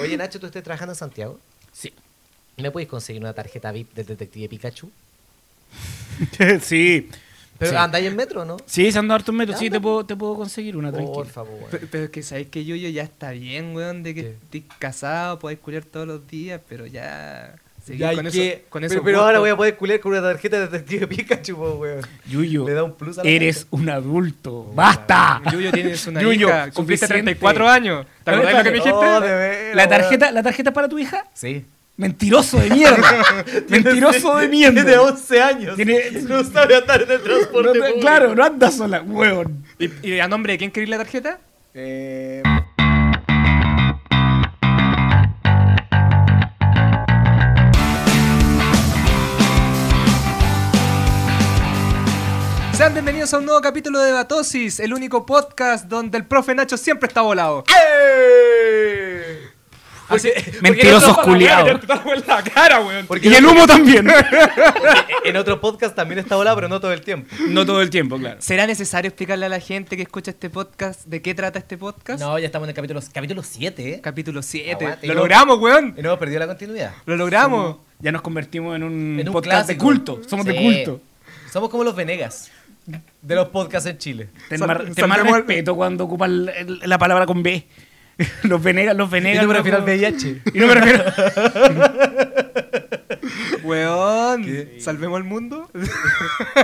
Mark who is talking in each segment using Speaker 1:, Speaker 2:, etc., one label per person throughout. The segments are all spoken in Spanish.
Speaker 1: Oye, Nacho, ¿tú estás trabajando en Santiago?
Speaker 2: Sí.
Speaker 1: ¿Me puedes conseguir una tarjeta VIP del detective Pikachu?
Speaker 2: sí.
Speaker 1: Pero
Speaker 2: Sí.
Speaker 1: andáis en metro, ¿no?
Speaker 2: Sí, se anda harto en metro. Sí,
Speaker 1: Anda.
Speaker 2: te puedo, te puedo conseguir una, tranquila.
Speaker 1: Por favor.
Speaker 3: Pe- Pero es que sabéis que Yuyo ya está bien, weón, de que
Speaker 1: ¿Qué?
Speaker 3: estés casado, podáis culiar todos los días, pero ya. seguir
Speaker 1: Ya,
Speaker 3: con
Speaker 1: ¿y
Speaker 3: eso,
Speaker 1: qué?
Speaker 3: con
Speaker 1: Pero-
Speaker 3: esos
Speaker 1: pero ahora
Speaker 3: gustos.
Speaker 1: voy a poder culiar con una tarjeta de detective Pikachu, po, weón.
Speaker 2: Yuyo,
Speaker 1: Le da un plus a la
Speaker 2: eres
Speaker 1: gente.
Speaker 2: un adulto. ¡Basta!
Speaker 3: Yuyo tienes una
Speaker 2: Yuyo,
Speaker 3: hija, cumpliste
Speaker 2: suficiente.
Speaker 3: 34 años. ¿Te
Speaker 2: Pero
Speaker 3: acordás lo que me
Speaker 2: espérate,
Speaker 3: dijiste?
Speaker 1: Oh, de veras,
Speaker 2: ¿La
Speaker 1: weón.
Speaker 2: tarjeta, ¿La tarjeta para tu hija?
Speaker 1: Sí.
Speaker 2: Mentiroso de mierda. Mentiroso de mierda.
Speaker 1: Tiene 11 años.
Speaker 2: Tiene-
Speaker 1: No sabe andar en el
Speaker 2: No
Speaker 1: transporte
Speaker 2: te-
Speaker 1: público.
Speaker 2: claro, no anda sola, weón.
Speaker 3: ¿Y, y a nombre de quién queréis la tarjeta?
Speaker 1: Eh,
Speaker 3: Sean bienvenidos a un nuevo capítulo de Batosis, el único podcast donde el profe Nacho siempre está volado.
Speaker 1: ¡eh! Porque- porque
Speaker 2: Mentirosos
Speaker 1: en otro-
Speaker 2: culiados.
Speaker 3: la cara, weón.
Speaker 1: Porque
Speaker 2: Y el humo también.
Speaker 1: en otro podcast también está volado, pero no todo el tiempo.
Speaker 2: No todo el tiempo, claro.
Speaker 3: ¿Será necesario explicarle a la gente que escucha este podcast de qué trata este podcast?
Speaker 1: No, ya estamos en el capítulo, capítulo 7. ¿eh?
Speaker 3: Capítulo 7.
Speaker 1: Aguante,
Speaker 3: Lo
Speaker 1: yo-
Speaker 3: logramos, weón.
Speaker 1: Y no hemos perdido la continuidad.
Speaker 3: Lo logramos.
Speaker 2: Ya nos convertimos en un,
Speaker 1: En un
Speaker 2: Mm, podcast de
Speaker 1: clásico.
Speaker 2: culto. Somos de
Speaker 1: Sí.
Speaker 2: culto.
Speaker 1: Somos como los Venegas de los podcasts en Chile.
Speaker 2: Ten
Speaker 3: Sal-
Speaker 2: más, ten más
Speaker 3: saldremos al-
Speaker 2: respeto cuando ocupan el- el- la palabra con B. Los venegas, los venegas.
Speaker 1: no me refiero al
Speaker 2: loco.
Speaker 1: VIH.
Speaker 2: Y no me refiero.
Speaker 3: Weón. Salvemos al mundo.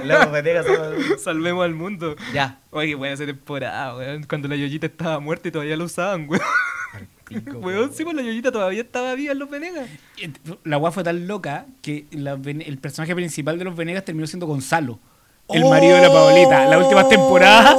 Speaker 1: Los Venegas son-
Speaker 3: Salvemos al mundo.
Speaker 1: Ya.
Speaker 3: Oye, buena esa temporada, weón. Cuando la Yoyita estaba muerta y todavía lo usaban, weón.
Speaker 1: Pico,
Speaker 3: Weón, sí, pues la Yoyita todavía estaba viva en los Venegas.
Speaker 2: La weá fue tan loca que la Vene- el personaje principal de los venegas terminó siendo Gonzalo. El
Speaker 1: ¡Oh!
Speaker 2: marido de la Paolita. Las últimas temporadas,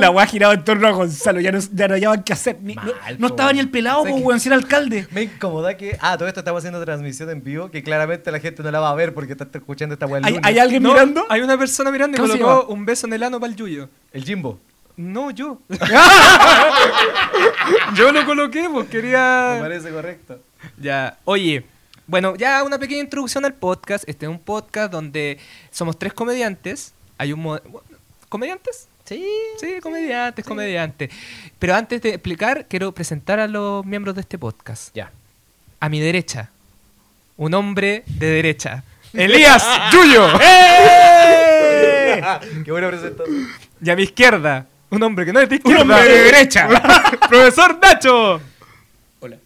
Speaker 2: la weá giraba en torno a Gonzalo. Ya no, ya no hallaban qué hacer. Ni-
Speaker 1: Mal,
Speaker 2: no, no
Speaker 1: po,
Speaker 2: estaba ni el pelado,
Speaker 1: ¿Sabes
Speaker 2: po,
Speaker 1: qué?
Speaker 2: weón, si era alcalde.
Speaker 1: Me incomoda que. Ah, todo esto estamos haciendo transmisión en vivo, que claramente la gente no la va a ver porque está escuchando esta weá el
Speaker 2: ¿Hay,
Speaker 1: lunes.
Speaker 2: hay alguien
Speaker 3: No,
Speaker 2: mirando?
Speaker 3: Hay una persona mirando y
Speaker 2: ¿Cómo se
Speaker 3: colocó
Speaker 2: llama?
Speaker 3: un beso en el ano para el Yuyo.
Speaker 1: El Jimbo.
Speaker 3: No, yo. yo lo coloqué, pues quería.
Speaker 1: Me parece correcto.
Speaker 3: Ya, oye. Bueno, ya una pequeña introducción al podcast. Este es un podcast donde somos tres comediantes. Hay un... mo- ¿Comediantes?
Speaker 1: Sí.
Speaker 3: Sí, comediantes, comediantes. Pero antes de explicar, quiero presentar a los miembros de este podcast.
Speaker 1: Ya.
Speaker 3: A mi derecha, un hombre de derecha. Elías Yuyo.
Speaker 1: ¡Eh!
Speaker 2: Eh.
Speaker 1: Qué bueno presentación.
Speaker 3: Y a mi izquierda, un hombre que no es de
Speaker 2: Un
Speaker 3: izquierda.
Speaker 2: hombre de derecha.
Speaker 3: Profesor Nacho.
Speaker 2: Hola.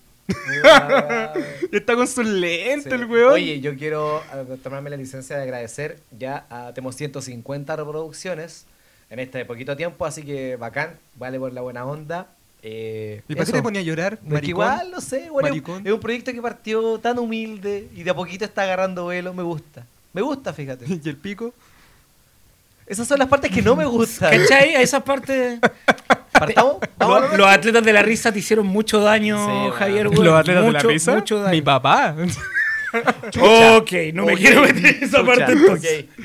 Speaker 3: Y Está con sus lentes,
Speaker 1: Sí.
Speaker 3: el weón.
Speaker 1: Oye, yo quiero eh, tomarme la licencia de agradecer. Ya ah, tenemos 150 reproducciones en este poquito tiempo, así que bacán. Vale por la buena onda. Eh,
Speaker 3: ¿Y para qué
Speaker 1: eso.
Speaker 3: te ponía a
Speaker 1: No,
Speaker 3: llorar?
Speaker 1: es que
Speaker 3: maricón?
Speaker 1: igual, no sé, bueno, es un-
Speaker 3: Maricón.
Speaker 1: es un proyecto que partió tan humilde y de a poquito está agarrando velo, me gusta. Me gusta, fíjate.
Speaker 3: ¿Y el pico?
Speaker 1: Esas son las partes que no me gustan.
Speaker 2: ¿Cachai? A esa parte.
Speaker 1: ¿Partamos? Vamos a
Speaker 2: Lo-
Speaker 1: lo-
Speaker 2: los atletas de la risa te hicieron mucho daño,
Speaker 1: Sí, weón.
Speaker 2: Javier.
Speaker 1: ¿Los
Speaker 2: weón.
Speaker 3: mucho,
Speaker 2: Mucho, Mucho daño.
Speaker 3: Mi papá.
Speaker 2: Ok, no me
Speaker 1: Ok.
Speaker 2: quiero meter en esa
Speaker 1: Chucha,
Speaker 2: parte entonces.
Speaker 1: ok.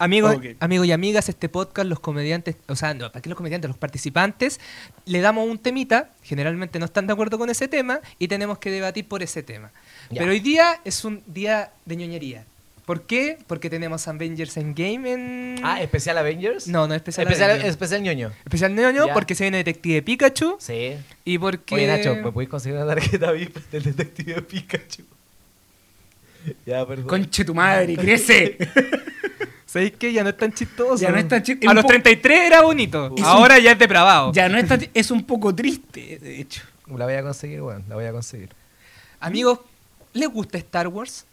Speaker 3: Amigos,
Speaker 2: Ok.
Speaker 3: amigos y amigas, este podcast, los comediantes, o sea, no, ¿para qué los comediantes? Los participantes, le damos un temita, generalmente no están de acuerdo con ese tema, y tenemos que debatir por ese tema.
Speaker 1: Ya.
Speaker 3: Pero hoy día es un día de ñoñería. ¿Por qué? Porque tenemos Avengers Endgame en...
Speaker 1: Ah, ¿especial Avengers?
Speaker 3: No, no, especial
Speaker 1: Especial,
Speaker 3: Avengers.
Speaker 1: especial ñoño.
Speaker 3: Especial ñoño
Speaker 1: Ya.
Speaker 3: porque se viene Detective Pikachu
Speaker 1: Sí.
Speaker 3: y porque...
Speaker 1: Oye, Nacho, ¿me podéis conseguir una tarjeta VIP del detective Pikachu? ya, perdón.
Speaker 2: Conche tu madre, crece.
Speaker 3: ¿Sabéis que ya no es tan chistoso?
Speaker 2: Ya no es tan chi-
Speaker 3: A
Speaker 2: un
Speaker 3: los
Speaker 2: po-
Speaker 3: 33 era bonito,
Speaker 2: Es un-
Speaker 3: ahora ya es depravado.
Speaker 2: ya no está. Es un poco triste, de hecho.
Speaker 1: La voy a conseguir, weón. La voy a conseguir.
Speaker 3: Amigos, ¿les gusta Star Wars?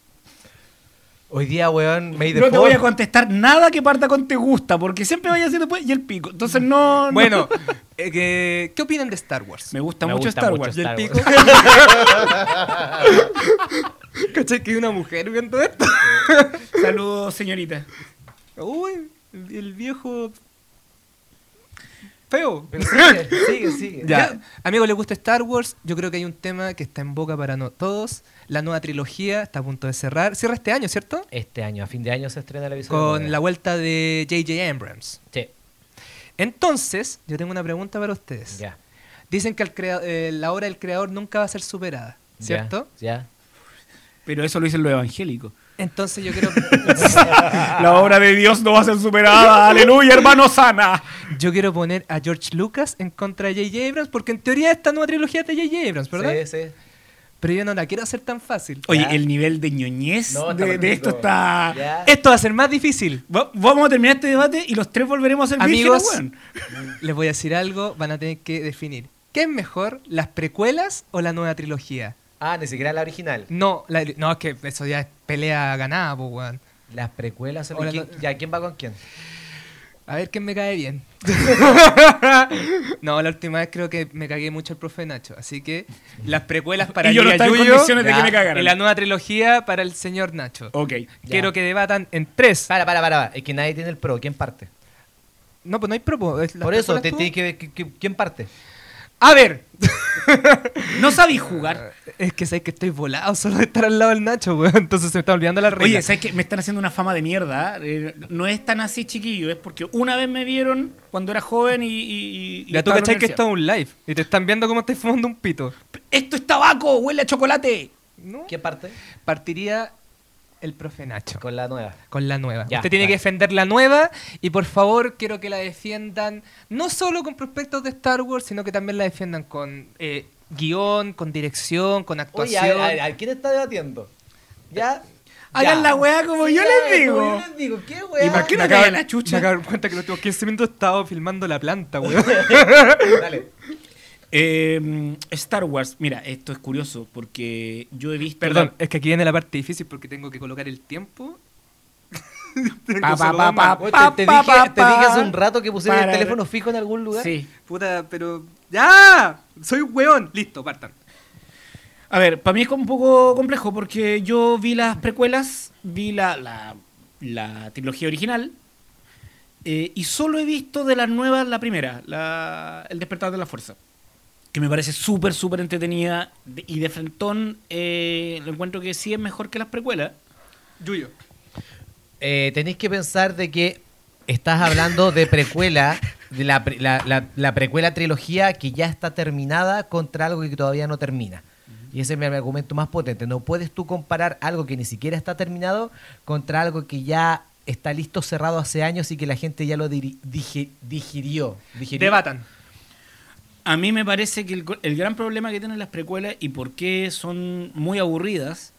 Speaker 1: Hoy día, weón, May the
Speaker 2: No te
Speaker 1: Fourth.
Speaker 2: voy a contestar nada que parta con te gusta, porque siempre vaya haciendo pues y el pico. Entonces no. no-
Speaker 3: Bueno, eh, que- ¿qué opinan de Star Wars?
Speaker 2: Me gusta
Speaker 1: Me
Speaker 2: mucho
Speaker 1: gusta
Speaker 2: Star
Speaker 1: mucho
Speaker 2: Wars.
Speaker 3: ¿Y el
Speaker 1: Star
Speaker 3: pico? ¿Cachai que hay una mujer viendo esto?
Speaker 2: Saludos, señorita.
Speaker 3: Uy, el viejo... Feo.
Speaker 1: Pero sigue, sigue, sigue.
Speaker 3: Ya. Amigos, ¿les gusta Star Wars? Yo creo que hay un tema que está en boca para no todos. La nueva trilogía está a punto de cerrar. Cierra este año, ¿cierto?
Speaker 1: Este año, a fin de año se estrena la episodio.
Speaker 3: Con
Speaker 1: nueve.
Speaker 3: la vuelta de J.J. Abrams.
Speaker 1: Sí,
Speaker 3: Entonces, yo tengo una pregunta para ustedes.
Speaker 1: ya.
Speaker 3: Dicen que el crea- eh, la obra del creador nunca va a ser superada,
Speaker 1: ya,
Speaker 3: ¿cierto?
Speaker 1: Ya.
Speaker 2: Pero eso lo dicen los evangélicos.
Speaker 3: Entonces yo quiero, Ah.
Speaker 2: La obra de Dios no va a ser superada. Aleluya, hermano sana.
Speaker 3: yo quiero poner a George Lucas en contra de J.J. Abrams, porque en teoría esta nueva trilogía es de J.J. Abrams, ¿verdad?
Speaker 1: Sí, sí.
Speaker 3: pero yo no la quiero hacer tan fácil.
Speaker 2: Oye,
Speaker 1: Ya.
Speaker 2: el nivel de ñoñez
Speaker 1: No, está
Speaker 2: de, de
Speaker 1: perfecto.
Speaker 2: esto está.
Speaker 1: Ya.
Speaker 3: Esto va a ser más difícil.
Speaker 2: Va- Vamos a terminar este debate y los tres volveremos a ser
Speaker 3: Amigos.
Speaker 2: vírgenes, weón.
Speaker 3: Les voy a decir algo, van a tener que definir. ¿Qué es mejor, las precuelas o la nueva trilogía?
Speaker 1: Ah, ni siquiera la original.
Speaker 3: No, la- no es que eso ya es pelea ganada, po, weón.
Speaker 1: Las precuelas son...
Speaker 3: Hola,
Speaker 1: ¿quién-
Speaker 3: no-
Speaker 1: ¿Ya quién va con quién?
Speaker 3: A ver quién me cae bien. no, la última vez creo que me cagué mucho el profe Nacho. Así que las precuelas para
Speaker 2: y yo no
Speaker 3: Liga
Speaker 2: estaba en
Speaker 3: Yuyo
Speaker 2: condiciones de que
Speaker 1: ya,
Speaker 2: me
Speaker 3: y la
Speaker 2: cagaran.
Speaker 3: nueva trilogía para el señor Nacho.
Speaker 2: Ok.
Speaker 3: Quiero que debatan en tres. Ah,
Speaker 1: Para, para, para. para. Es que nadie tiene el pro. ¿Quién parte?
Speaker 3: No, pues no hay propo. es- las
Speaker 1: Por eso,
Speaker 3: precuelas
Speaker 1: te,
Speaker 3: tú.
Speaker 1: tienes que ver que- que- quién parte.
Speaker 3: A ver,
Speaker 2: No sabéis jugar.
Speaker 3: es que sabes que estoy volado solo de estar al lado del Nacho, weón. Entonces se me está olvidando la regla.
Speaker 2: Oye, ¿sabes qué? Me están haciendo una fama de mierda. ¿eh? Eh, no es tan así, chiquillo. Es porque una vez me vieron cuando era joven y. y, y- y
Speaker 3: Ya tú
Speaker 2: estaba en la
Speaker 3: cachai que
Speaker 2: universidad.
Speaker 3: esto es un live y te están viendo cómo estás fumando un pito.
Speaker 2: Esto es tabaco, huele a chocolate.
Speaker 3: ¿No?
Speaker 1: ¿Quién parte?
Speaker 3: Partiría el profe Nacho.
Speaker 1: Con la nueva.
Speaker 3: Con la nueva.
Speaker 1: Ya,
Speaker 3: Usted tiene
Speaker 1: vale.
Speaker 3: que defender la nueva y por favor quiero que la defiendan no solo con prospectos de Star Wars, sino que también la defiendan con eh, guión, con dirección, con
Speaker 1: Oye,
Speaker 3: actuación.
Speaker 1: a ver, a ver, a ver, ¿quién está debatiendo? Ya.
Speaker 2: Hagan
Speaker 1: Ya.
Speaker 2: la weá como
Speaker 1: Sí,
Speaker 2: yo
Speaker 1: ya,
Speaker 2: les
Speaker 1: como
Speaker 2: digo.
Speaker 1: Yo les digo, ¿qué weá?
Speaker 2: Imagínate.
Speaker 3: Ah, Me acabo-
Speaker 2: de la chucha.
Speaker 3: Me acabo de dar cuenta que los últimos 15 minutos he estado filmando la planta, weón.
Speaker 1: Dale.
Speaker 2: Eh, Star Wars, mira, esto es curioso porque yo he visto.
Speaker 3: Perdón, es que aquí viene la parte difícil porque tengo que colocar el tiempo.
Speaker 2: Pa, pa, pa, pa,
Speaker 1: Oye,
Speaker 2: pa,
Speaker 1: te, te
Speaker 2: pa,
Speaker 1: dije,
Speaker 2: pa,
Speaker 1: te dije
Speaker 2: pa.
Speaker 1: hace un rato que pusieron
Speaker 2: Para-
Speaker 1: el teléfono fijo en algún lugar.
Speaker 2: Sí.
Speaker 3: Puta, pero. ¡Ya! ¡Soy un weón! Listo, partan.
Speaker 2: A ver, para mí es como un poco complejo porque yo vi las precuelas, vi la, la, la trilogía original eh, y solo he visto de las nuevas la primera, la- El despertar de la fuerza, que me parece súper, súper entretenida de- y de frentón eh, lo encuentro que sí es mejor que las precuelas.
Speaker 3: Yuyo.
Speaker 1: Eh, tenéis que pensar de que estás hablando de precuela, de la, pre- la- la- la precuela trilogía que ya está terminada contra algo que todavía no termina. Y ese es mi argumento más potente. No puedes tú comparar algo que ni siquiera está terminado contra algo que ya está listo, cerrado hace años y que la gente ya lo diri- digi- digirió. ¿Digirió?
Speaker 3: Debatan.
Speaker 2: A mí me parece que el, gr- el gran problema que tienen las precuelas y por qué son muy aburridas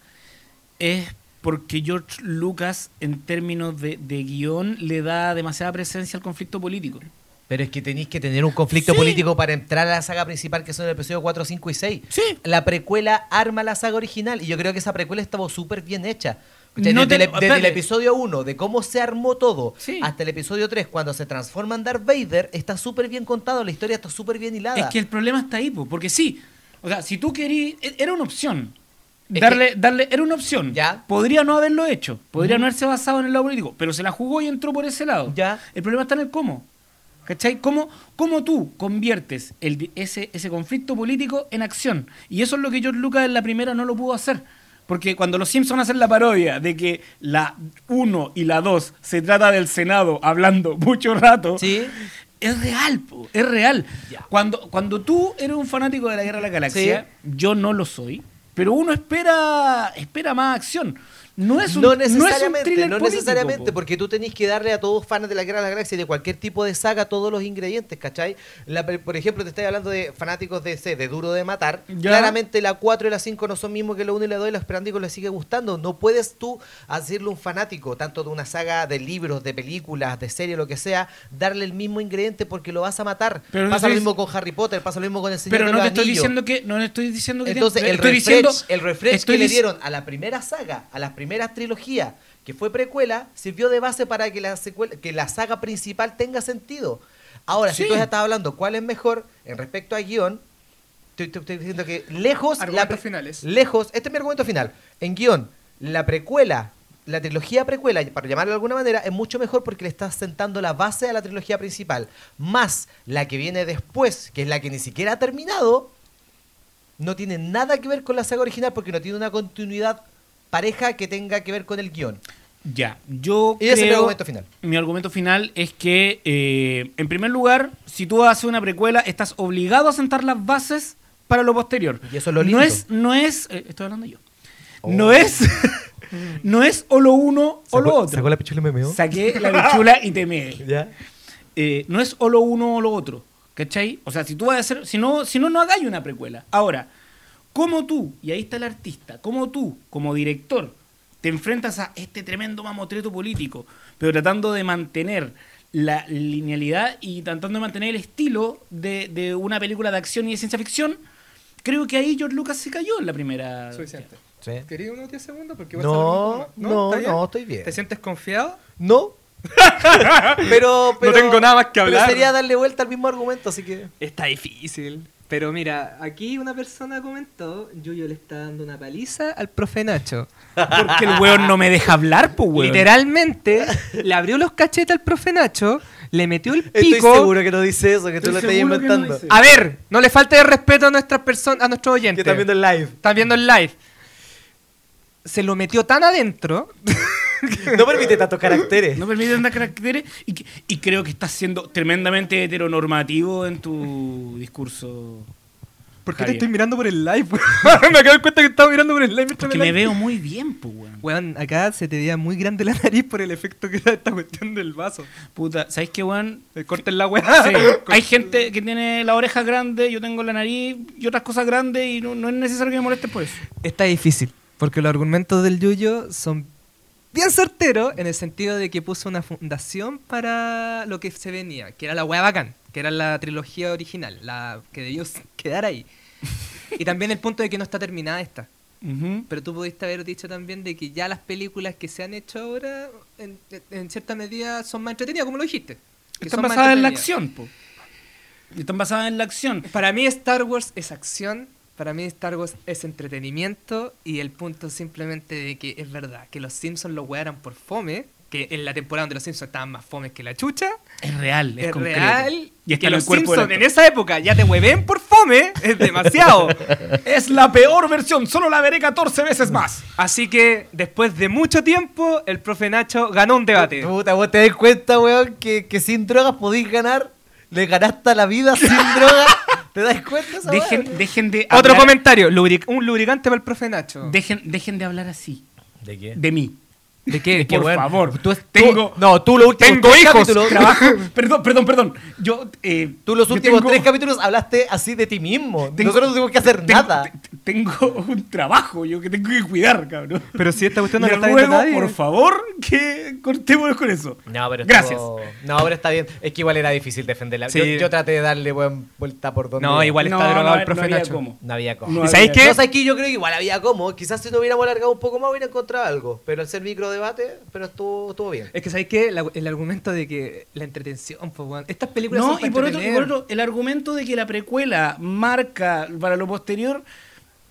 Speaker 2: es porque George Lucas, en términos de, de guión, le da demasiada presencia al conflicto político.
Speaker 1: Pero es que tenéis que tener un conflicto
Speaker 2: Sí.
Speaker 1: político para entrar a la saga principal, que son el episodio 4, 5 y 6.
Speaker 2: Sí.
Speaker 1: La precuela arma la saga original. Y yo creo que esa precuela estaba súper bien hecha. O sea,
Speaker 2: No
Speaker 1: desde,
Speaker 2: te-
Speaker 1: el, desde el
Speaker 2: espérate.
Speaker 1: episodio 1, de cómo se armó todo,
Speaker 2: Sí.
Speaker 1: hasta el episodio 3, cuando se transforma en Darth Vader, está súper bien contado, la historia está súper bien hilada.
Speaker 2: Es que el problema está ahí, po, porque sí. O sea, si tú querías. Era una opción.
Speaker 1: Es
Speaker 2: Darle, darle, era una opción.
Speaker 1: Ya.
Speaker 2: Podría no haberlo hecho. Podría no haberse basado en el lado político. Pero se la jugó y entró por ese lado.
Speaker 1: Ya.
Speaker 2: El problema está en el cómo. ¿Cachai? ¿Cómo, cómo tú conviertes el di- ese, ese conflicto político en acción? Y eso es lo que George Lucas en la primera no lo pudo hacer. Porque cuando los Simpsons hacen la parodia de que la 1 y la 2 se trata del Senado hablando mucho rato,
Speaker 1: Sí.
Speaker 2: es real, po, es real. Cuando, cuando tú eres un fanático de la Guerra de la Galaxia, yo no lo soy, pero uno espera, espera más acción. No es un,
Speaker 1: no
Speaker 2: no es un
Speaker 1: necesariamente, no,
Speaker 2: thriller político,
Speaker 1: necesariamente,
Speaker 2: po.
Speaker 1: porque tú tenés que darle a todos fans de la Guerra de la Galaxia y de cualquier tipo de saga todos los ingredientes, ¿cachai? La pe- por ejemplo, te estoy hablando de fanáticos de C, de Duro de Matar.
Speaker 2: Ya.
Speaker 1: Claramente la 4 y la 5 no son mismo que la 1 y la 2 y los esperanticos les sigue gustando. No puedes tú hacerle un fanático, tanto de una saga de libros, de películas, de serie, lo que sea, darle el mismo ingrediente porque lo vas a matar.
Speaker 2: Pero no
Speaker 1: pasa lo
Speaker 2: estoy-
Speaker 1: mismo con Harry Potter, pasa lo mismo con el Señor
Speaker 2: Pero
Speaker 1: de
Speaker 2: no
Speaker 1: los
Speaker 2: te estoy
Speaker 1: Anillos.
Speaker 2: diciendo que no le estoy diciendo que
Speaker 1: Entonces,
Speaker 2: tiene-
Speaker 1: el
Speaker 2: estoy
Speaker 1: refresh,
Speaker 2: diciendo
Speaker 1: el refresh
Speaker 2: estoy
Speaker 1: que le
Speaker 2: dic-
Speaker 1: dieron a la primera saga, a las primeras trilogías, que fue precuela, sirvió de base para que la, secuela, que la saga principal tenga sentido. Ahora,
Speaker 2: Sí.
Speaker 1: si tú ya estás hablando cuál es mejor en respecto a guión, estoy, estoy- estoy diciendo que lejos...
Speaker 3: Argumentos
Speaker 1: pre-
Speaker 3: finales.
Speaker 1: Lejos, este es mi argumento final. En guión, la precuela, la trilogía precuela, para llamarlo de alguna manera, es mucho mejor porque le estás sentando la base a la trilogía principal. Más la que viene después, que es la que ni siquiera ha terminado, no tiene nada que ver con la saga original porque no tiene una continuidad pareja que tenga que ver con el guión.
Speaker 2: Ya, yo
Speaker 1: Y ese es mi
Speaker 2: creo-
Speaker 1: argumento final.
Speaker 2: Mi argumento final es que, eh, en primer lugar, si tú haces una precuela, estás obligado a sentar las bases para lo posterior.
Speaker 1: Y eso es lo lindo.
Speaker 2: No es, no es, eh, estoy hablando yo.
Speaker 1: Oh.
Speaker 2: No es, no es o lo uno o lo otro.
Speaker 1: la pichula me
Speaker 2: Saqué la bichula y te meé
Speaker 1: ¿Ya?
Speaker 2: eh, no es o lo uno o lo otro. ¿Cachai? O sea, si tú vas a hacer. Si no, si no, no hagáis una precuela. Ahora, ¿Cómo tú, y ahí está el artista, cómo tú, como director, te enfrentas a este tremendo mamotreto político, pero tratando de mantener la linealidad y tratando de mantener el estilo de, de una película de acción y de ciencia ficción? Creo que ahí George Lucas se cayó en la primera.
Speaker 3: Suficiente.
Speaker 1: Sí.
Speaker 3: ¿Quería unos 10 segundos? Porque igual
Speaker 1: No,
Speaker 3: sale un poco más.
Speaker 1: no,
Speaker 3: ¿Está bien?
Speaker 1: no, estoy bien.
Speaker 3: ¿Te sientes confiado?
Speaker 1: No. pero, pero-
Speaker 3: tengo nada más que
Speaker 1: pero
Speaker 3: hablar.
Speaker 1: sería darle vuelta al mismo argumento, así que.
Speaker 3: Está difícil. Pero mira, aquí una persona comentó, Yuyo le está dando una paliza al profe Nacho.
Speaker 2: Porque el weón no me deja hablar, pues weón.
Speaker 3: Literalmente, le abrió los cachetes al profe Nacho, le metió el pico.
Speaker 1: Estoy seguro que no dice eso, que tú
Speaker 2: Estoy
Speaker 1: lo estás
Speaker 2: seguro que no
Speaker 1: inventando.
Speaker 2: dice.
Speaker 3: A ver, no le falte de respeto a nuestras personas, a nuestros
Speaker 1: que
Speaker 3: oyentes.
Speaker 1: estás viendo el live.
Speaker 3: Están viendo el live. Se lo metió tan adentro.
Speaker 1: No permite tantos caracteres.
Speaker 2: No
Speaker 3: Este.
Speaker 2: permite tantas caracteres y, que- y creo que estás siendo tremendamente heteronormativo en tu discurso. Javier.
Speaker 3: mirando por el live? me acabo de cuenta que estaba mirando por el live.
Speaker 2: Porque me veo muy bien, pues, weón.
Speaker 3: Weón, acá se te veía muy grande la nariz por el efecto que da esta cuestión del vaso.
Speaker 2: Puta, ¿sabes qué, weón?
Speaker 3: Eh, Corten la weá.
Speaker 2: Sí, hay gente que tiene la oreja grande, yo tengo la nariz y otras cosas grandes y no, no es necesario que me molestes por eso.
Speaker 3: Está difícil, porque los argumentos del Yuyo son bien certeros en el sentido de que puso una fundación para lo que se venía, que era la wea bacán, que era la trilogía original, la que debió s- quedar ahí. Y también el punto de que no está terminada esta. Pero tú pudiste haber dicho también de que ya las películas que se han hecho ahora, en, en cierta medida, son más entretenidas, como lo dijiste. que
Speaker 2: Están
Speaker 3: son más
Speaker 2: basadas en la
Speaker 3: entretenidas.
Speaker 2: acción, po. Están basadas en la acción.
Speaker 3: Para mí Star Wars es acción, para mí Star Wars es entretenimiento y el punto simplemente de que es verdad, que los Simpsons lo wearan por fome, que en la temporada donde los Simpsons estaban más fomes que la chucha,
Speaker 2: Es real, es,
Speaker 3: es
Speaker 2: concreto.
Speaker 3: real
Speaker 2: Y está
Speaker 3: que
Speaker 2: en el
Speaker 3: los
Speaker 2: cuerpo del
Speaker 3: Simpsons en
Speaker 2: actor.
Speaker 3: esa época ya te hueven por fome, es demasiado.
Speaker 2: Es la peor versión, solo la veré 14 veces más.
Speaker 3: Así que después de mucho tiempo, el profe Nacho ganó un debate.
Speaker 1: Puta, vos te das cuenta, weón, que, que sin drogas podís ganar. Le ganaste a la vida sin drogas. ¿Te das cuenta esa weá?
Speaker 2: Dejen, dejen de
Speaker 3: Otro
Speaker 2: hablar-
Speaker 3: comentario, lubric- un lubricante para el profe Nacho.
Speaker 2: Dejen, dejen de hablar así
Speaker 1: ¿De qué?
Speaker 2: de mí.
Speaker 3: ¿De qué?
Speaker 2: Por
Speaker 1: weón,
Speaker 2: favor,
Speaker 1: tú-
Speaker 2: tengo,
Speaker 1: tú- no, tú lo último.
Speaker 3: tengo
Speaker 1: tres
Speaker 3: hijos,
Speaker 1: capítulos-
Speaker 2: trabajo. Perdón, perdón, perdón. Yo, eh,
Speaker 1: Tú los
Speaker 2: yo
Speaker 1: últimos
Speaker 2: tengo-
Speaker 1: tres capítulos hablaste así de ti mismo.
Speaker 2: Tengo-
Speaker 1: Nosotros no tuvimos que hacer
Speaker 2: Ten-
Speaker 1: nada.
Speaker 2: te- Tengo un trabajo yo que tengo que cuidar, cabrón.
Speaker 3: Pero si esta cuestión no
Speaker 2: Le
Speaker 3: la está viendo
Speaker 2: ruego,
Speaker 3: nadie.
Speaker 2: por favor, que cortemos con eso.
Speaker 1: No, pero
Speaker 2: Gracias.
Speaker 1: estuvo- No, pero está bien. Es que igual era difícil defenderla.
Speaker 3: Sí.
Speaker 1: Yo, yo traté de darle buen vuelta por donde.
Speaker 3: No,
Speaker 1: iba.
Speaker 3: igual está
Speaker 2: No,
Speaker 3: drogado
Speaker 2: no,
Speaker 3: el profe
Speaker 2: no había
Speaker 3: Nacho.
Speaker 2: cómo.
Speaker 1: No había como.
Speaker 2: No
Speaker 3: ¿Y sabéis
Speaker 2: había-
Speaker 3: qué?
Speaker 1: No, sabes que yo creo que igual había como. Quizás si no hubiéramos alargado un poco más hubiera encontrado algo. Pero al ser micro debate, pero estuvo, estuvo bien.
Speaker 3: Es que ¿sabéis qué? La- el argumento de que la entretención, pues, weón. Estas películas
Speaker 2: No,
Speaker 3: son para
Speaker 2: y por, otro, y
Speaker 3: entretener.
Speaker 2: por otro, el argumento de que la precuela marca para lo posterior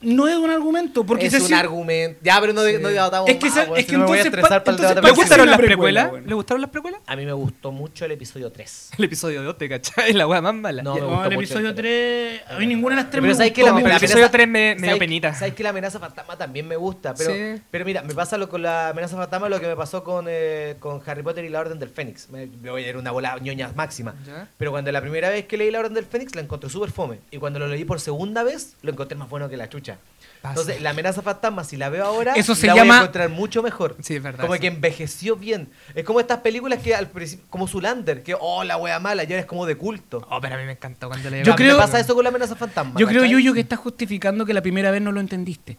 Speaker 2: no es un argumento. Porque
Speaker 1: es
Speaker 2: se
Speaker 1: un
Speaker 2: sien-
Speaker 1: argumento. Ya, pero no, no debatamos
Speaker 2: Es que
Speaker 1: más,
Speaker 2: esa-
Speaker 1: weón,
Speaker 2: es
Speaker 1: si
Speaker 2: que
Speaker 1: no me voy a
Speaker 2: entonces pa-
Speaker 1: estresar para el
Speaker 2: entonces
Speaker 1: debate
Speaker 3: ¿Le
Speaker 2: ¿Para
Speaker 1: principal.
Speaker 2: qué
Speaker 3: gustaron
Speaker 2: una
Speaker 3: las
Speaker 2: precuela,
Speaker 3: precuelas?
Speaker 2: weón?
Speaker 3: ¿Le gustaron las precuelas?
Speaker 1: A mí me gustó mucho el episodio 3.
Speaker 3: El episodio 2, ¿te cachai? La weá más mala.
Speaker 1: No,
Speaker 3: Ya.
Speaker 1: me
Speaker 2: No,
Speaker 1: gustó
Speaker 2: el
Speaker 1: mucho
Speaker 2: episodio
Speaker 1: el
Speaker 2: 3. A mí ninguna de las tres
Speaker 1: Pero
Speaker 2: me
Speaker 1: sabes que
Speaker 2: gustó.
Speaker 1: la,
Speaker 3: pero
Speaker 1: la
Speaker 3: el episodio
Speaker 1: amenaza-
Speaker 3: tres me- me dio
Speaker 1: sabes-
Speaker 3: penita.
Speaker 1: Sabes que la amenaza fantasma también me gusta, pero,
Speaker 3: Sí.
Speaker 1: pero mira, me pasa lo, con la amenaza fantasma lo que me pasó con, eh, con Harry Potter y la Orden del Fénix. Me, me voy a ir una bola ñoña máxima.
Speaker 3: Ya.
Speaker 1: Pero cuando la primera vez que leí la Orden del Fénix la encontré súper fome. Y cuando lo leí por segunda vez, lo encontré más bueno que la chucha.
Speaker 3: Pasa.
Speaker 1: Entonces, la amenaza fantasma, si la veo ahora,
Speaker 2: Eso se
Speaker 1: la voy
Speaker 2: llama-
Speaker 1: a encontrar mucho mejor.
Speaker 3: Sí, es verdad,
Speaker 1: Como
Speaker 3: sí.
Speaker 1: que envejeció bien. Es como estas películas que al principio, como Zulander, que oh, la wea mala, ya eres como de culto.
Speaker 3: Oh, pero a mí me encantó cuando le
Speaker 2: Yo
Speaker 1: A mí
Speaker 2: creo-
Speaker 1: me pasa eso con la amenaza fantasma.
Speaker 2: Yo creo,
Speaker 1: ¿cachai?
Speaker 2: Yuyo, que estás justificando que la primera vez no lo entendiste.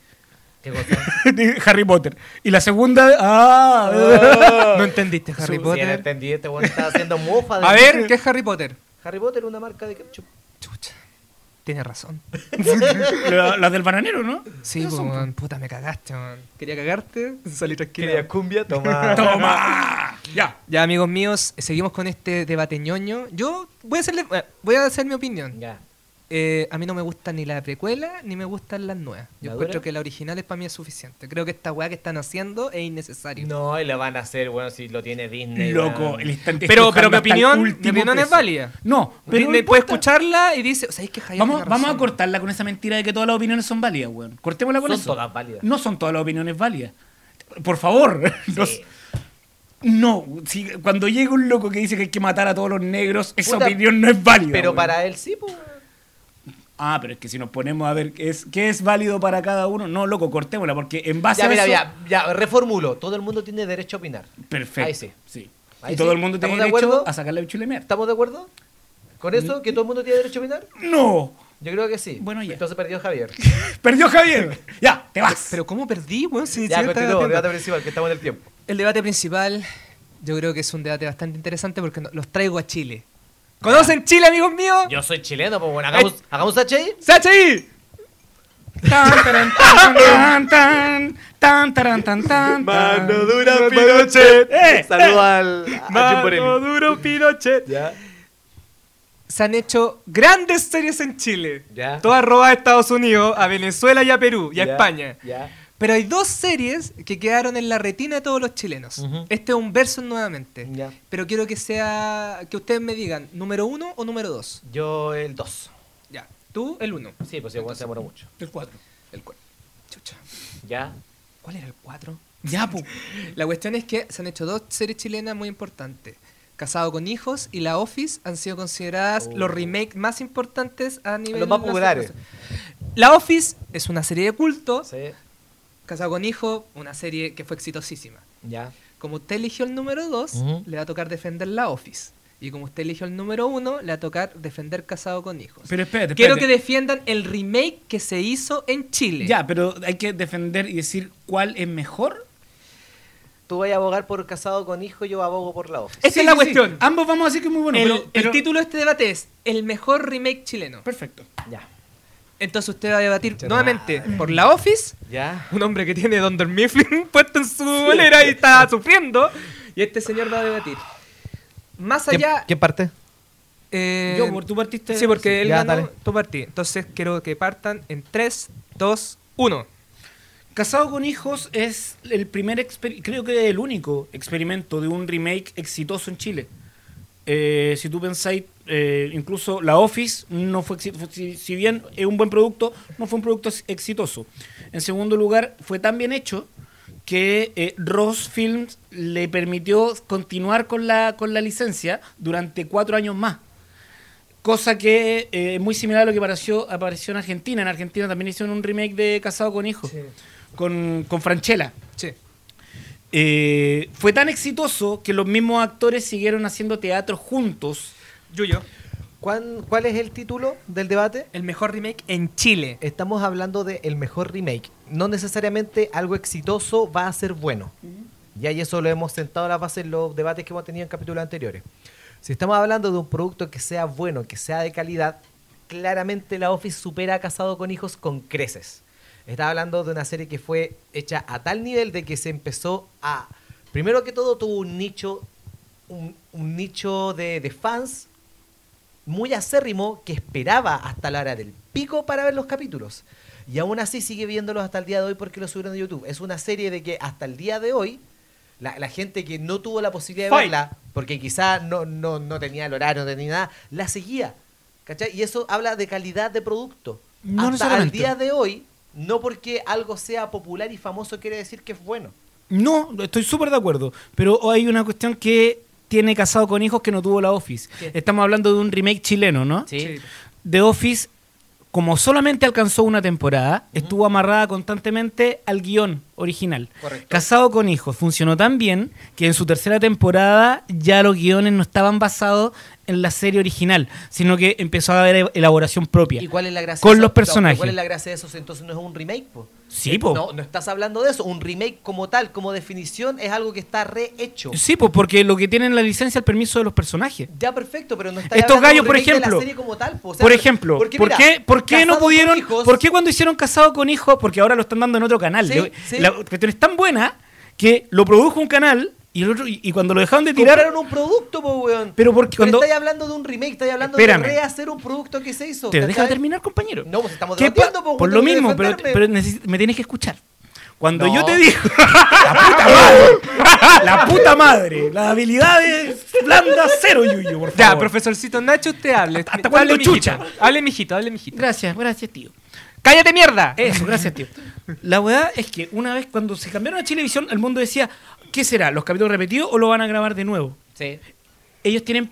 Speaker 1: Qué cosa.
Speaker 2: de Harry Potter. Y la segunda. ¡Ah!
Speaker 3: No entendiste Harry
Speaker 1: Sí, no
Speaker 3: Potter.
Speaker 1: entendí, este weón estaba haciendo mofa. de-
Speaker 3: A ver, ¿qué es Harry Potter?
Speaker 1: Harry Potter, una marca de ketchup.
Speaker 3: Chucha. Tienes razón.
Speaker 2: La- Las del bananero, ¿no?
Speaker 3: Sí, pues, weón, puta, me cagaste, weón. Quería cagarte, salí tranquilo.
Speaker 1: Quería cumbia, toma.
Speaker 2: ¡Toma! Ya.
Speaker 3: Ya, amigos míos, seguimos con este debate ñoño. Yo voy a hacerle, eh, voy a hacer mi opinión.
Speaker 1: ya.
Speaker 3: Eh, a mí no me gusta ni la precuela ni me gustan las nuevas. Yo
Speaker 1: ¿La
Speaker 3: encuentro
Speaker 1: dura?
Speaker 3: que la original es para mí es suficiente. Creo que esta weá que están haciendo es innecesaria.
Speaker 1: No, y lo van a hacer, bueno, si lo tiene Disney.
Speaker 2: Loco,
Speaker 1: weón.
Speaker 2: el instante
Speaker 3: Pero,
Speaker 2: estrujando
Speaker 3: pero mi
Speaker 2: hasta el
Speaker 3: opinión, mi
Speaker 2: último
Speaker 3: opinión es
Speaker 2: peso.
Speaker 3: válida.
Speaker 2: No,
Speaker 3: Pero
Speaker 2: pero. no
Speaker 3: puede
Speaker 2: importa.
Speaker 3: escucharla y dice, "¿Sabéis que Javier
Speaker 2: Vamos,
Speaker 3: tiene
Speaker 2: vamos a
Speaker 3: razón?".
Speaker 2: cortarla con esa mentira de que todas las opiniones son válidas, weón. Cortémosla con
Speaker 1: Son
Speaker 2: eso.
Speaker 1: todas válidas.
Speaker 2: No son todas las opiniones válidas. Por favor. nos- No, si- cuando llega un loco que dice que hay que matar a todos los negros, esa
Speaker 1: Puta,
Speaker 2: opinión no es válida.
Speaker 1: Pero
Speaker 2: weón.
Speaker 1: para él sí, pues. weón.
Speaker 2: Ah, pero es que si nos ponemos a ver qué es, qué es válido para cada uno, no, loco, cortémosla, porque en base
Speaker 1: Ya,
Speaker 2: a
Speaker 1: mira,
Speaker 2: eso...
Speaker 1: ya, ya, reformulo. Todo el mundo tiene derecho a opinar.
Speaker 2: Perfecto.
Speaker 1: Ahí sí.
Speaker 2: sí.
Speaker 1: Ahí
Speaker 2: y todo
Speaker 1: sí.
Speaker 2: el mundo tiene
Speaker 1: ¿Estamos de
Speaker 2: derecho
Speaker 1: acuerdo?
Speaker 2: a sacarle el chulemear.
Speaker 1: ¿Estamos de acuerdo? ¿Con eso que todo el mundo tiene derecho a opinar?
Speaker 2: ¡No!
Speaker 1: Yo creo que sí.
Speaker 2: Bueno, ya.
Speaker 1: Entonces perdió Javier.
Speaker 2: ¡Perdió Javier! ¡Ya! ¡Te vas!
Speaker 3: Pero ¿cómo perdí, weón?
Speaker 1: ya,
Speaker 3: Si si me estaba
Speaker 1: continúo,
Speaker 3: debatiendo.
Speaker 1: debate principal, que estamos en el tiempo.
Speaker 3: El debate principal, yo creo que es un debate bastante interesante porque no- los traigo a Chile. ¿Conocen Chile, amigos míos?
Speaker 1: Yo soy chileno, pues bueno,
Speaker 3: hagamos-
Speaker 1: hagamos, hagamos HI.
Speaker 3: ¡Sachi!
Speaker 2: Tan, taran, tan, tan, tan, tan, taran, tan, tan, tan.
Speaker 1: dura,
Speaker 2: Pinochet. Eh,
Speaker 1: Saludo al. a Jim Borelli.
Speaker 3: duro Pinochet.
Speaker 1: Ya.
Speaker 3: Se han hecho grandes series en Chile.
Speaker 1: Ya.
Speaker 3: Todas robadas a Estados Unidos, a Venezuela y a Perú y a
Speaker 1: ya,
Speaker 3: España.
Speaker 1: Ya.
Speaker 3: Pero hay dos series que quedaron en la retina de todos los chilenos.
Speaker 1: Ujú.
Speaker 3: Este es un verso nuevamente.
Speaker 1: Ya.
Speaker 3: Pero quiero que sea. que ustedes me digan, número uno o número dos.
Speaker 1: Yo el 2.
Speaker 3: Ya. Tú, el uno.
Speaker 1: Sí, pues igual se demoró mucho.
Speaker 2: El cuatro.
Speaker 3: El cuatro. Chucha.
Speaker 1: Ya.
Speaker 3: ¿Cuál era el cuatro?
Speaker 2: Ya, po.
Speaker 3: La cuestión es que se han hecho dos series chilenas muy importantes. Casado con hijos y La Office han sido consideradas
Speaker 1: Oh.
Speaker 3: los remakes más importantes a nivel
Speaker 1: Los más
Speaker 3: nacional.
Speaker 1: populares.
Speaker 3: La Office es una serie de culto.
Speaker 1: Sí.
Speaker 3: Casado con hijos, una serie que fue exitosísima.
Speaker 1: Ya.
Speaker 3: Como usted eligió el número 2,
Speaker 1: Ujú.
Speaker 3: le va a tocar defender la Office. Y como usted eligió el número 1, le va a tocar defender Casado con Hijos.
Speaker 2: Pero espérate,
Speaker 3: Quiero
Speaker 2: espérate.
Speaker 3: que defiendan el remake que se hizo en Chile.
Speaker 2: Ya, pero hay que defender y decir cuál es mejor.
Speaker 1: Tú vas a abogar por casado con hijo, yo abogo por la E. office.
Speaker 3: Esta es la cuestión.
Speaker 2: Ambos vamos a decir que es muy Ah, bueno.
Speaker 3: el,
Speaker 2: pero,
Speaker 3: el
Speaker 2: pero-
Speaker 3: título de este debate es El mejor remake chileno.
Speaker 2: Perfecto.
Speaker 1: Ya.
Speaker 3: Entonces usted va a debatir
Speaker 1: Mucha
Speaker 3: nuevamente
Speaker 1: madre.
Speaker 3: por la Office,
Speaker 1: Ya.
Speaker 3: un hombre que tiene Don Mifflin puesto en su bolera y está sufriendo. Y este señor va a debatir. Más allá.
Speaker 1: parte?
Speaker 3: eh,
Speaker 2: Yo, por- tú partiste.
Speaker 3: Sí, porque él
Speaker 1: ya,
Speaker 3: ganó
Speaker 1: dale.
Speaker 3: tu partida. Entonces quiero que partan en 3, 2, 1.
Speaker 2: Casado con hijos es el primer, exper- creo que el único experimento de un remake exitoso en Chile. Eh, si tú pensáis, eh, incluso La Office no fue exi- fue- si, si bien es un buen producto, no fue un producto ex- exitoso. En segundo lugar, fue tan bien hecho que eh, Ross Films le permitió continuar con la, con la licencia durante cuatro años más. Cosa que eh, es muy similar a lo que apareció, apareció en Argentina. En Argentina también hicieron un remake de Casado con Hijos, con, con Franchella.
Speaker 3: Sí.
Speaker 2: Eh, fue tan exitoso que los mismos actores siguieron haciendo teatro juntos.
Speaker 3: Yuyo.
Speaker 1: ¿Cuán- ¿Cuál es el título del debate?
Speaker 3: El mejor remake en Chile.
Speaker 1: Estamos hablando de el mejor remake. No necesariamente algo exitoso va a ser bueno. Ya y eso lo hemos sentado a la base en los debates que hemos tenido en capítulos anteriores. Si estamos hablando de un producto que sea bueno, que sea de calidad, claramente la Office supera a Casado con Hijos con creces. Está hablando de una serie que fue hecha a tal nivel de que se empezó a... Primero que todo tuvo un nicho, un, un nicho de, de fans muy acérrimo que esperaba hasta la hora del pico para ver los capítulos. Y aún así sigue viéndolos hasta el día de hoy porque los subieron a YouTube. Es una serie de que hasta el día de hoy la, la gente que no tuvo la posibilidad de
Speaker 2: Fight.
Speaker 1: verla, porque quizá no, no, no tenía el horario, no tenía nada, la seguía. ¿Cachai? Y eso habla de calidad de producto.
Speaker 2: No
Speaker 1: hasta el
Speaker 2: necesariamente.
Speaker 1: día de hoy, no porque algo sea popular y famoso quiere decir que es bueno.
Speaker 2: No, estoy súper de acuerdo. Pero hay una cuestión que tiene Casado con Hijos que no tuvo la Office.
Speaker 1: ¿Qué?
Speaker 2: Estamos hablando de un remake chileno, ¿no?
Speaker 1: Sí.
Speaker 2: The Office, como solamente alcanzó una temporada, estuvo amarrada constantemente al guión original.
Speaker 1: Correcto.
Speaker 2: Casado con hijos funcionó tan bien que en su tercera temporada ya los guiones no estaban basados en la serie original, sino que empezó a haber e-, elaboración propia.
Speaker 1: ¿Y cuál es la gracia?
Speaker 2: Con
Speaker 1: de eso?
Speaker 2: los
Speaker 1: No, pero
Speaker 2: personajes.
Speaker 1: ¿Cuál es la gracia de eso? Entonces no es un remake, po.
Speaker 2: Sí, po.
Speaker 1: No, no estás hablando de eso. Un remake como tal, como definición, es algo que está rehecho.
Speaker 2: Sí, pues porque lo que tienen la licencia es el permiso de los personajes.
Speaker 1: Ya perfecto, pero no está
Speaker 2: Estos
Speaker 1: hablando de un
Speaker 2: gallos, por
Speaker 1: remake de la
Speaker 2: ejemplo,
Speaker 1: serie como tal, po. O sea,
Speaker 2: por ejemplo, ¿por
Speaker 1: mira,
Speaker 2: qué, por qué
Speaker 1: Casados
Speaker 2: no
Speaker 1: con
Speaker 2: pudieron?
Speaker 1: Hijos-
Speaker 2: ¿Por qué cuando hicieron Casado con Hijos? Porque ahora lo están dando en otro canal.
Speaker 1: Sí,
Speaker 2: Yo-
Speaker 1: sí.
Speaker 2: La cuestión es tan buena que lo produjo un canal y, el otro, y, y cuando lo dejaron de tirar.
Speaker 1: Compraron un producto, po, weón.
Speaker 2: Pero porque
Speaker 1: Pero
Speaker 2: cuando.
Speaker 1: estáis hablando de un remake, estáis hablando
Speaker 2: Espérame.
Speaker 1: de rehacer un producto que se hizo.
Speaker 2: Te deja
Speaker 1: ¿cachai?
Speaker 2: terminar, compañero.
Speaker 1: No, pues estamos
Speaker 2: ¿Qué
Speaker 1: debatiendo,
Speaker 2: pa-
Speaker 1: po,
Speaker 2: Por
Speaker 1: tengo
Speaker 2: lo
Speaker 1: que
Speaker 2: mismo, pero,
Speaker 1: defenderme.
Speaker 2: pero neces- me tienes que escuchar. Cuando
Speaker 1: No.
Speaker 2: yo te digo. la puta madre. Las habilidades blandas cero, Yuyo, por favor.
Speaker 3: Ya, profesorcito Nacho, usted hable.
Speaker 2: ¿Hasta cuándo,
Speaker 3: Hable, mijito.
Speaker 2: chucha?
Speaker 3: Hable, mijito, hable, mijito.
Speaker 2: Gracias, gracias, tío.
Speaker 3: ¡Cállate, mierda!
Speaker 2: Eso, gracias, tío. La verdad es que una vez cuando se cambiaron a Chilevisión, el mundo decía: ¿qué será? ¿Los capítulos repetidos o lo van a grabar de nuevo?
Speaker 1: Sí.
Speaker 2: ellos tienen.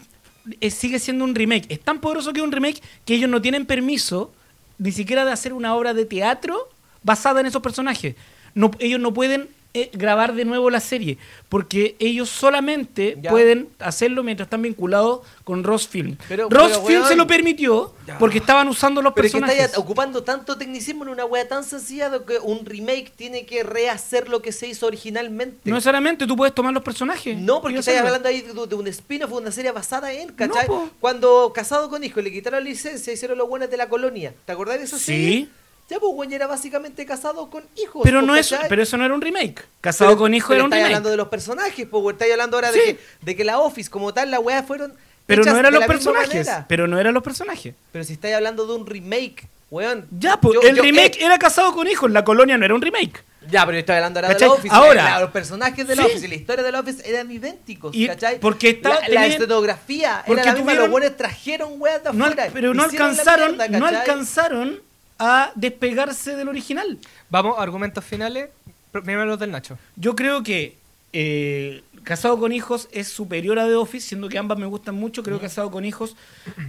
Speaker 2: eh, sigue siendo un remake. Es tan poderoso que es un remake que ellos no tienen permiso ni siquiera de hacer una obra de teatro basada en esos personajes. No, ellos no pueden eh, grabar de nuevo la serie, porque ellos solamente
Speaker 1: Ya.
Speaker 2: pueden hacerlo mientras están vinculados con Rosfilm.
Speaker 1: Pero-
Speaker 2: Rosfilm
Speaker 1: pero,
Speaker 2: se
Speaker 1: weón.
Speaker 2: lo permitió
Speaker 3: Ya.
Speaker 2: porque estaban usando los
Speaker 1: Pero es que
Speaker 2: personajes.
Speaker 1: estáis ocupando tanto tecnicismo en una wea tan sencilla de que un remake tiene que rehacer lo que se hizo originalmente.
Speaker 2: No necesariamente tú puedes tomar los personajes.
Speaker 1: No,
Speaker 2: y
Speaker 1: porque estáis
Speaker 2: hacerlo.
Speaker 1: hablando ahí de, de un spin-off, de una serie basada en, ¿cachai?
Speaker 2: po.
Speaker 1: Cuando Casado con Hijo le quitaron la licencia, hicieron los buenos de la colonia. ¿Te acordás de esa
Speaker 2: Sí.
Speaker 1: serie? Ya, pues, güey, era básicamente casado con hijos.
Speaker 2: Pero
Speaker 1: po,
Speaker 2: no es,
Speaker 1: ¿cachai?
Speaker 2: pero eso no era un remake. Casado
Speaker 1: Pero-
Speaker 2: con hijo
Speaker 1: pero
Speaker 2: era un
Speaker 1: estáis
Speaker 2: remake.
Speaker 1: hablando de los personajes, pues, güey, estáis hablando ahora
Speaker 2: Sí.
Speaker 1: de, que, de que la Office, como tal, la weas fueron.
Speaker 2: Pero
Speaker 1: hechas
Speaker 2: no eran
Speaker 1: de
Speaker 2: los
Speaker 1: la misma
Speaker 2: personajes.
Speaker 1: manera.
Speaker 2: Pero no eran los personajes.
Speaker 1: Pero si estáis hablando de un remake, weón.
Speaker 2: Ya, pues,
Speaker 1: Yo-
Speaker 2: el
Speaker 1: yo-
Speaker 2: remake
Speaker 1: eh,
Speaker 2: era casado con hijos. La colonia no era un remake.
Speaker 1: ya, pero yo estoy hablando ahora de
Speaker 2: ¿Cachai?
Speaker 1: la Office.
Speaker 2: Ahora.
Speaker 1: la- los personajes de la
Speaker 2: Sí.
Speaker 1: Office y la historia de la Office eran idénticos,
Speaker 2: Y-
Speaker 1: ¿cachai?
Speaker 2: porque estaba-
Speaker 1: la, la
Speaker 2: tenían-
Speaker 1: escenografía
Speaker 2: porque
Speaker 1: era la misma,
Speaker 2: tuvieron-
Speaker 1: los buenos trajeron weas de
Speaker 2: No al-
Speaker 1: afuera.
Speaker 2: pero no
Speaker 1: hicieron la
Speaker 2: alcanzaron,
Speaker 1: mierda,
Speaker 2: no
Speaker 1: ¿cachai?
Speaker 2: alcanzaron a despegarse del original.
Speaker 3: Vamos, argumentos finales. Pr- Primero los del Nacho.
Speaker 2: Yo creo que eh, Casado con Hijos es superior a The Office, siendo que ambas me gustan mucho. Creo que Casado con Hijos,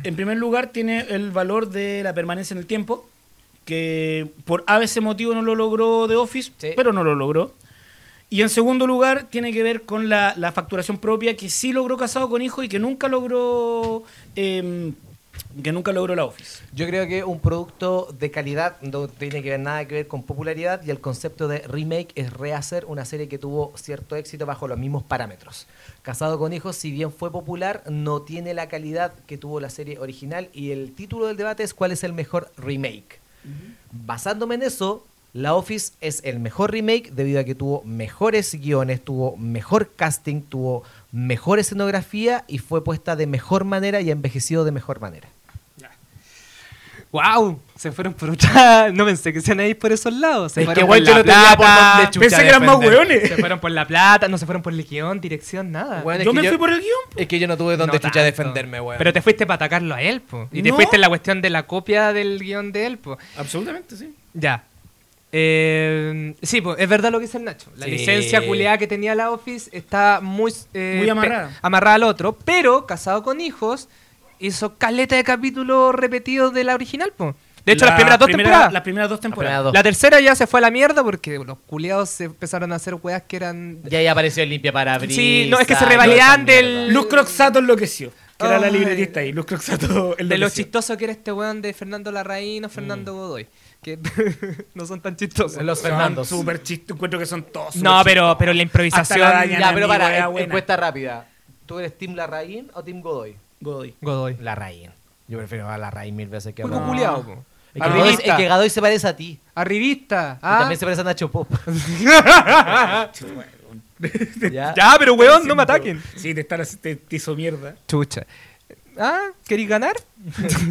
Speaker 2: en primer lugar, tiene el valor de la permanencia en el tiempo, que por a veces motivo no lo logró The Office,
Speaker 1: Sí.
Speaker 2: pero no lo logró. Y en segundo lugar, tiene que ver con la, la facturación propia que sí logró Casado con Hijos y que nunca logró. em, que nunca logró la Office.
Speaker 1: Yo creo que un producto de calidad no tiene que ver nada que ver con popularidad y el concepto de remake es rehacer una serie que tuvo cierto éxito bajo los mismos parámetros. Casado con hijos, si bien fue popular, no tiene la calidad que tuvo la serie original y el título del debate es cuál es el mejor remake. Basándome en eso, La Office es el mejor remake debido a que tuvo mejores guiones, tuvo mejor casting, tuvo mejor escenografía y fue puesta de mejor manera y ha envejecido de mejor manera.
Speaker 3: ¡Wow! Se fueron por otra. No pensé que se iban a ir por esos lados. Se
Speaker 1: Es
Speaker 3: fueron
Speaker 1: que,
Speaker 3: por
Speaker 1: güey, yo
Speaker 3: la
Speaker 1: lo tenía por
Speaker 3: plata.
Speaker 1: donde chucha
Speaker 2: Pensé que eran más
Speaker 3: defender.
Speaker 2: hueones.
Speaker 3: Se fueron por la plata, no se fueron por el guión, dirección, nada.
Speaker 1: Bueno, es
Speaker 2: Ah, yo
Speaker 1: que
Speaker 2: me
Speaker 1: yo-
Speaker 2: fui por el guión.
Speaker 1: Es que yo no tuve donde
Speaker 3: No
Speaker 1: chucha
Speaker 3: tanto.
Speaker 1: defenderme, weón.
Speaker 3: Pero te fuiste para atacarlo a él, po. Y te
Speaker 2: No.
Speaker 3: fuiste en la cuestión de la copia del guión de él, po.
Speaker 2: Absolutamente, sí.
Speaker 3: Ya. Eh, sí, pues es verdad lo que dice el Nacho. La
Speaker 1: Sí.
Speaker 3: licencia culeada que tenía la Office está muy, eh,
Speaker 2: Muy amarrada.
Speaker 3: pe- amarrada al otro, pero casado con hijos hizo caleta de capítulos repetidos de la original, po. De hecho, las primeras dos temporadas.
Speaker 2: Las primeras dos temporadas.
Speaker 1: primeras dos.
Speaker 3: La tercera ya se fue a la mierda porque los culiados se empezaron a hacer weas que eran.
Speaker 1: Ya ahí apareció el limpia para
Speaker 3: Sí, no, es que se revalidan del-
Speaker 2: Luz Croxato enloqueció. Que era la
Speaker 3: Ay.
Speaker 2: libretista ahí. Luz Croxato
Speaker 3: De lo
Speaker 2: enloqueció.
Speaker 3: chistoso que era este weón de Fernando Larraín o Fernando
Speaker 1: Mm.
Speaker 3: Godoy. Que no son tan chistosos.
Speaker 1: Los Fernandos.
Speaker 2: Son súper chistos. Encuentro que son todos.
Speaker 3: No,
Speaker 2: súper
Speaker 3: pero, pero la
Speaker 2: Hasta
Speaker 3: improvisación.
Speaker 2: la dañan
Speaker 1: Ya,
Speaker 2: a
Speaker 1: pero
Speaker 2: mi wea
Speaker 1: para, en-
Speaker 2: buena.
Speaker 1: encuesta rápida. ¿Tú eres Team Larraín o Team Godoy?
Speaker 2: chistos. Godoy.
Speaker 3: Godoy.
Speaker 1: Larraín. Yo prefiero a Larraín mil veces que a
Speaker 3: Fue
Speaker 1: Godoy.
Speaker 3: culiado, po.
Speaker 1: Es que,
Speaker 2: Ah,
Speaker 1: Godoy,
Speaker 3: Arribista.
Speaker 1: es que Godoy se parece a ti.
Speaker 3: Arribista.
Speaker 1: Y
Speaker 3: Ah.
Speaker 1: también se parece a Nacho Pop. ¿Ya?
Speaker 3: Ya, pero weón, no
Speaker 2: Siento-
Speaker 3: me ataquen.
Speaker 2: Sí, te, están, haci- te, te hizo mierda.
Speaker 3: Chucha. Ah, ¿queréis ganar?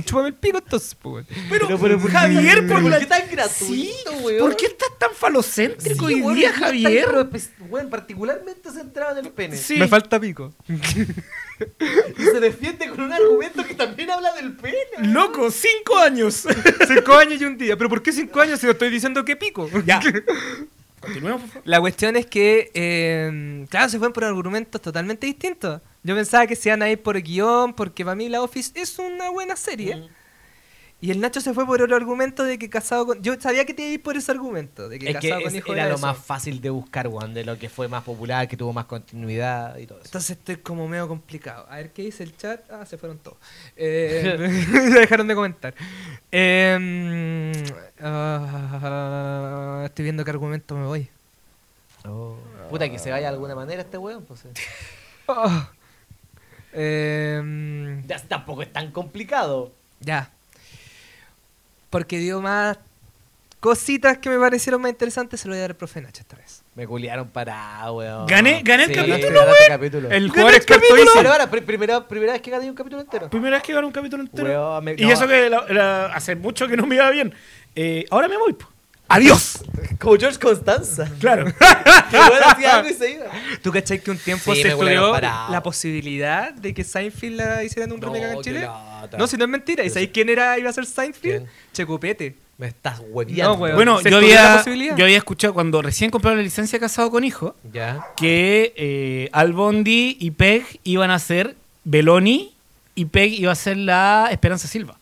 Speaker 3: Chúpame el pico entonces, po, weón.
Speaker 2: Pero,
Speaker 1: ¿por qué-
Speaker 2: Javier, ¿por,
Speaker 1: pero
Speaker 2: la-
Speaker 1: qué tan gratuito,
Speaker 2: Sí,
Speaker 1: weón?
Speaker 2: ¿Por qué estás tan
Speaker 1: Sí,
Speaker 2: falocéntrico hoy
Speaker 1: weón,
Speaker 2: día,
Speaker 1: está-
Speaker 2: Javier?
Speaker 1: pero espe- weón, particularmente centrado en el pene.
Speaker 2: Sí.
Speaker 3: Me falta pico.
Speaker 1: Y se defiende con un argumento que también habla del pene.
Speaker 2: Loco, cinco años.
Speaker 3: cinco años y un día. ¿Pero por qué cinco años si no estoy diciendo que pico?
Speaker 2: ya. Continuemos, por favor.
Speaker 3: La cuestión es que, eh, claro, se fueron por argumentos totalmente distintos. Yo pensaba que se iban a ir por guión, porque para mí La Office es una buena serie. Y el Nacho se fue por el argumento de que casado con... Yo sabía que te iba a ir por ese argumento, de que
Speaker 1: Es que
Speaker 3: casado con
Speaker 1: es-
Speaker 3: hijo
Speaker 1: era
Speaker 3: era
Speaker 1: lo
Speaker 3: eso.
Speaker 1: más fácil de buscar, weón, de lo que fue más popular, que tuvo más continuidad y todo eso.
Speaker 3: Entonces estoy como medio complicado. A ver qué dice el chat. Ah, se fueron todos. Eh, ya dejaron de comentar. Eh, ah, estoy viendo qué argumento me voy.
Speaker 1: Oh, Puta, que se vaya de alguna manera este weón, pues. eh.
Speaker 3: Ah. Eh,
Speaker 1: Ya, tampoco es tan complicado.
Speaker 3: Ya. Porque dio más cositas que me parecieron más interesantes, se lo voy a dar al profe Nacho esta vez.
Speaker 1: Me culiaron para, weón.
Speaker 2: Gané- gané el capítulo,
Speaker 1: ganaste capítulo.
Speaker 3: jugador experto
Speaker 1: Pero ahora, pri- primera, primera vez que gané un capítulo entero.
Speaker 2: Primera vez que gano un capítulo entero.
Speaker 1: Weón, me-
Speaker 2: y
Speaker 1: no.
Speaker 2: eso que la- la- hace mucho que no me iba bien. Eh, ahora me voy. po. Adiós.
Speaker 1: Como George Constanza.
Speaker 2: Claro.
Speaker 1: que weón hacía algo y se iba.
Speaker 3: ¿Tú cachai que un tiempo
Speaker 1: Sí,
Speaker 3: se
Speaker 1: me huele
Speaker 3: estudió
Speaker 1: parado.
Speaker 3: la posibilidad de que Seinfeld la hicieran un
Speaker 1: No,
Speaker 3: remake acá en
Speaker 1: qué
Speaker 3: Chile?
Speaker 1: lata.
Speaker 3: No, si no es mentira. ¿Y
Speaker 1: Yo
Speaker 3: sabéis
Speaker 1: sé.
Speaker 3: quién era iba a ser Seinfeld?
Speaker 1: ¿Quién?
Speaker 3: Checopete.
Speaker 1: Me estás hueviando.
Speaker 3: No, weón.
Speaker 2: bueno,
Speaker 3: ¿se
Speaker 2: yo
Speaker 3: estudió la
Speaker 2: había,
Speaker 3: posibilidad?
Speaker 2: yo había escuchado cuando recién compraron la licencia de casado con hijo
Speaker 1: Ya.
Speaker 2: que eh, Al Bondi y Peg iban a ser Beloni y Peg iba a ser la Esperanza Silva.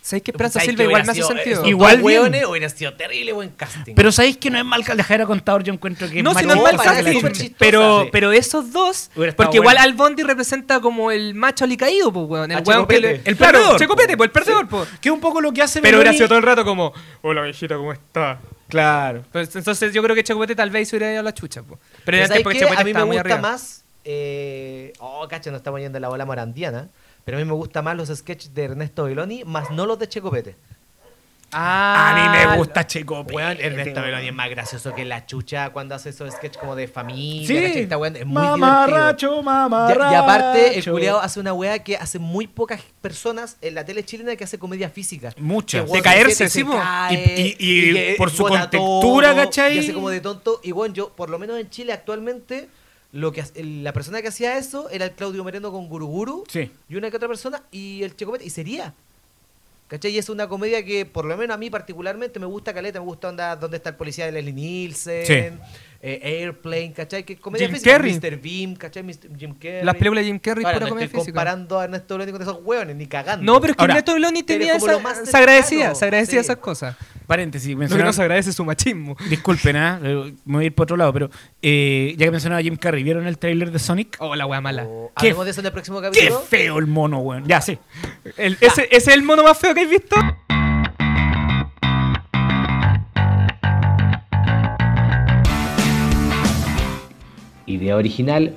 Speaker 3: ¿Sabéis que Esperanza
Speaker 1: ¿Sabes
Speaker 3: Silva
Speaker 1: qué
Speaker 3: igual me
Speaker 1: hubiera
Speaker 3: hace
Speaker 1: sido?
Speaker 3: sentido?
Speaker 1: Estos
Speaker 2: Igual
Speaker 1: dos
Speaker 2: bien.
Speaker 1: hueones hubieran sido terrible buen casting.
Speaker 2: Pero sabéis que no es mal Caldejara Contador, yo encuentro que
Speaker 3: No,
Speaker 2: es
Speaker 3: si
Speaker 2: más
Speaker 3: no es mal
Speaker 2: chistosa que la
Speaker 3: casting,
Speaker 2: chucha.
Speaker 1: sí.
Speaker 2: Pero,
Speaker 1: Sí.
Speaker 3: Pero esos dos,
Speaker 2: Hubiera estado
Speaker 3: porque igual
Speaker 2: bueno.
Speaker 3: Al Bondi representa como el macho alicaído, pues, weón.
Speaker 1: A
Speaker 3: El weón que le-
Speaker 1: Checopete.
Speaker 2: El
Speaker 3: Claro,
Speaker 2: perdedor.
Speaker 3: Checopete, pues, el perdedor, po.
Speaker 2: que es un poco lo que hace
Speaker 3: Pero hubiera
Speaker 2: Meloni-
Speaker 3: sido todo el rato como, hola viejita, ¿cómo está?
Speaker 2: Claro.
Speaker 3: Pues, entonces yo creo que Checopete tal vez se hubiera ido a la chucha, po. Pero
Speaker 1: Pero
Speaker 3: era
Speaker 2: este
Speaker 3: antes
Speaker 1: ¿sabes
Speaker 3: porque
Speaker 1: qué?
Speaker 3: Checopete
Speaker 1: A mí me
Speaker 3: estaba muy
Speaker 1: gusta
Speaker 3: arriba.
Speaker 1: más. eh, oh, cacha, nos estamos yendo a la bola morandiana. Pero a mí me gustan más los sketches de Ernesto Beloni, más no los de Checopete.
Speaker 2: A
Speaker 3: Ah,
Speaker 2: mí me gusta Checo.
Speaker 1: Weón, Ernesto Beloni es más gracioso que la chucha cuando hace esos sketches como de familia. ¿cachai?
Speaker 2: Sí.
Speaker 1: Esta weón es muy divertido.
Speaker 2: mamarracho, mamarracho.
Speaker 1: Ya- Y, aparte, el culiao hace una weá que hace muy pocas personas en la tele chilena que hace comedia física.
Speaker 2: Muchas.
Speaker 1: Que
Speaker 2: De
Speaker 1: weón
Speaker 3: caerse,
Speaker 1: se
Speaker 3: sí, po.
Speaker 1: cae,
Speaker 2: Y- y- y
Speaker 1: que
Speaker 2: por su
Speaker 1: bota
Speaker 2: contextura,
Speaker 1: todo,
Speaker 2: ¿cachai?
Speaker 1: Y hace como de tonto. Y bueno, yo, por lo menos en Chile actualmente, lo que hace- el- la persona que hacía eso era el Claudio Merendo con Guruguru
Speaker 2: Sí.
Speaker 1: y una que otra persona y el Checopete. Y sería. ¿Cachai? Y es una comedia que, por lo menos a mí particularmente, me gusta Caleta, me gusta onda, Dónde está el policía de Leslie Nielsen,
Speaker 2: Sí.
Speaker 1: eh, Airplane, ¿cachai? Que es comedia
Speaker 3: Jim
Speaker 1: física.
Speaker 3: Carrey.
Speaker 1: Mr. Beam, ¿cachai? Mr. Jim Carrey.
Speaker 3: Las películas de Jim Carrey
Speaker 1: Ahora,
Speaker 3: pura
Speaker 1: no
Speaker 3: comedia
Speaker 1: estoy
Speaker 3: física.
Speaker 1: comparando a Ernesto Beloni con esos hueones, ni cagando.
Speaker 3: No, pero es que
Speaker 2: Ahora,
Speaker 3: Ernesto Beloni
Speaker 1: pero
Speaker 3: tenía
Speaker 1: como
Speaker 3: esa,
Speaker 1: lo más
Speaker 3: se agradecía,
Speaker 1: cercano,
Speaker 3: se agradecía
Speaker 1: sí.
Speaker 3: esas cosas.
Speaker 2: Paréntesis,
Speaker 3: Lo que
Speaker 2: mencionaba-
Speaker 3: no se agradece es su machismo.
Speaker 2: Disculpen, ¿ah? Eh, me voy a ir por otro lado, pero eh, ya que mencionaba a Jim Carrey, ¿vieron el tráiler de Sonic?
Speaker 3: Oh, la wea mala.
Speaker 1: O-
Speaker 2: ¿Qué?
Speaker 1: Hablemos de eso en el próximo
Speaker 2: ¡Qué
Speaker 1: capítulo.
Speaker 2: feo el mono, weón! Ya, sí.
Speaker 3: El- ese, ese es el mono más feo que has visto.
Speaker 4: Idea original,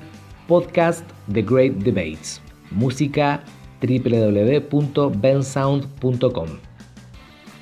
Speaker 4: podcast The Great Debates. Música www.bensound.com.